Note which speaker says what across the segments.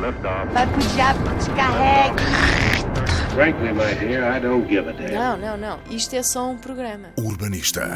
Speaker 1: Liftoff.
Speaker 2: Vai pro diabo, descarrega.
Speaker 1: Frankly, my dear, I don't give a damn.
Speaker 3: Não, não, não. Isto é só um programa.
Speaker 4: O urbanista.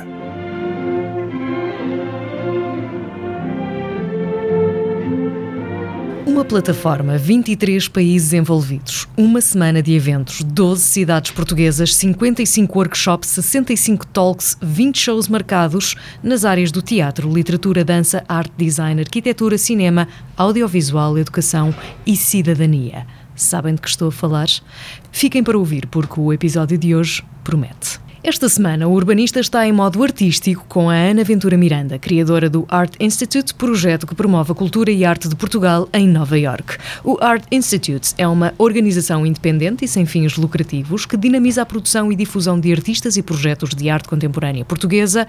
Speaker 5: Uma plataforma, 23 países envolvidos, uma semana de eventos, 12 cidades portuguesas, 55 workshops, 65 talks, 20 shows marcados nas áreas do teatro, literatura, dança, arte, design, arquitetura, cinema, audiovisual, educação e cidadania. Sabem de que estou a falar? Fiquem para ouvir, porque o episódio de hoje promete. Esta semana, o urbanista está em modo artístico com a Ana Ventura Miranda, criadora do Art Institute, projeto que promove a cultura e arte de Portugal em Nova York. O Art Institute é uma organização independente e sem fins lucrativos que dinamiza a produção e difusão de artistas e projetos de arte contemporânea portuguesa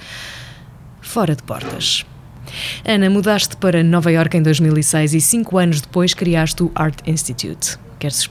Speaker 5: fora de portas. Ana, mudaste para Nova York em 2006 e cinco anos depois criaste o Art Institute. Queres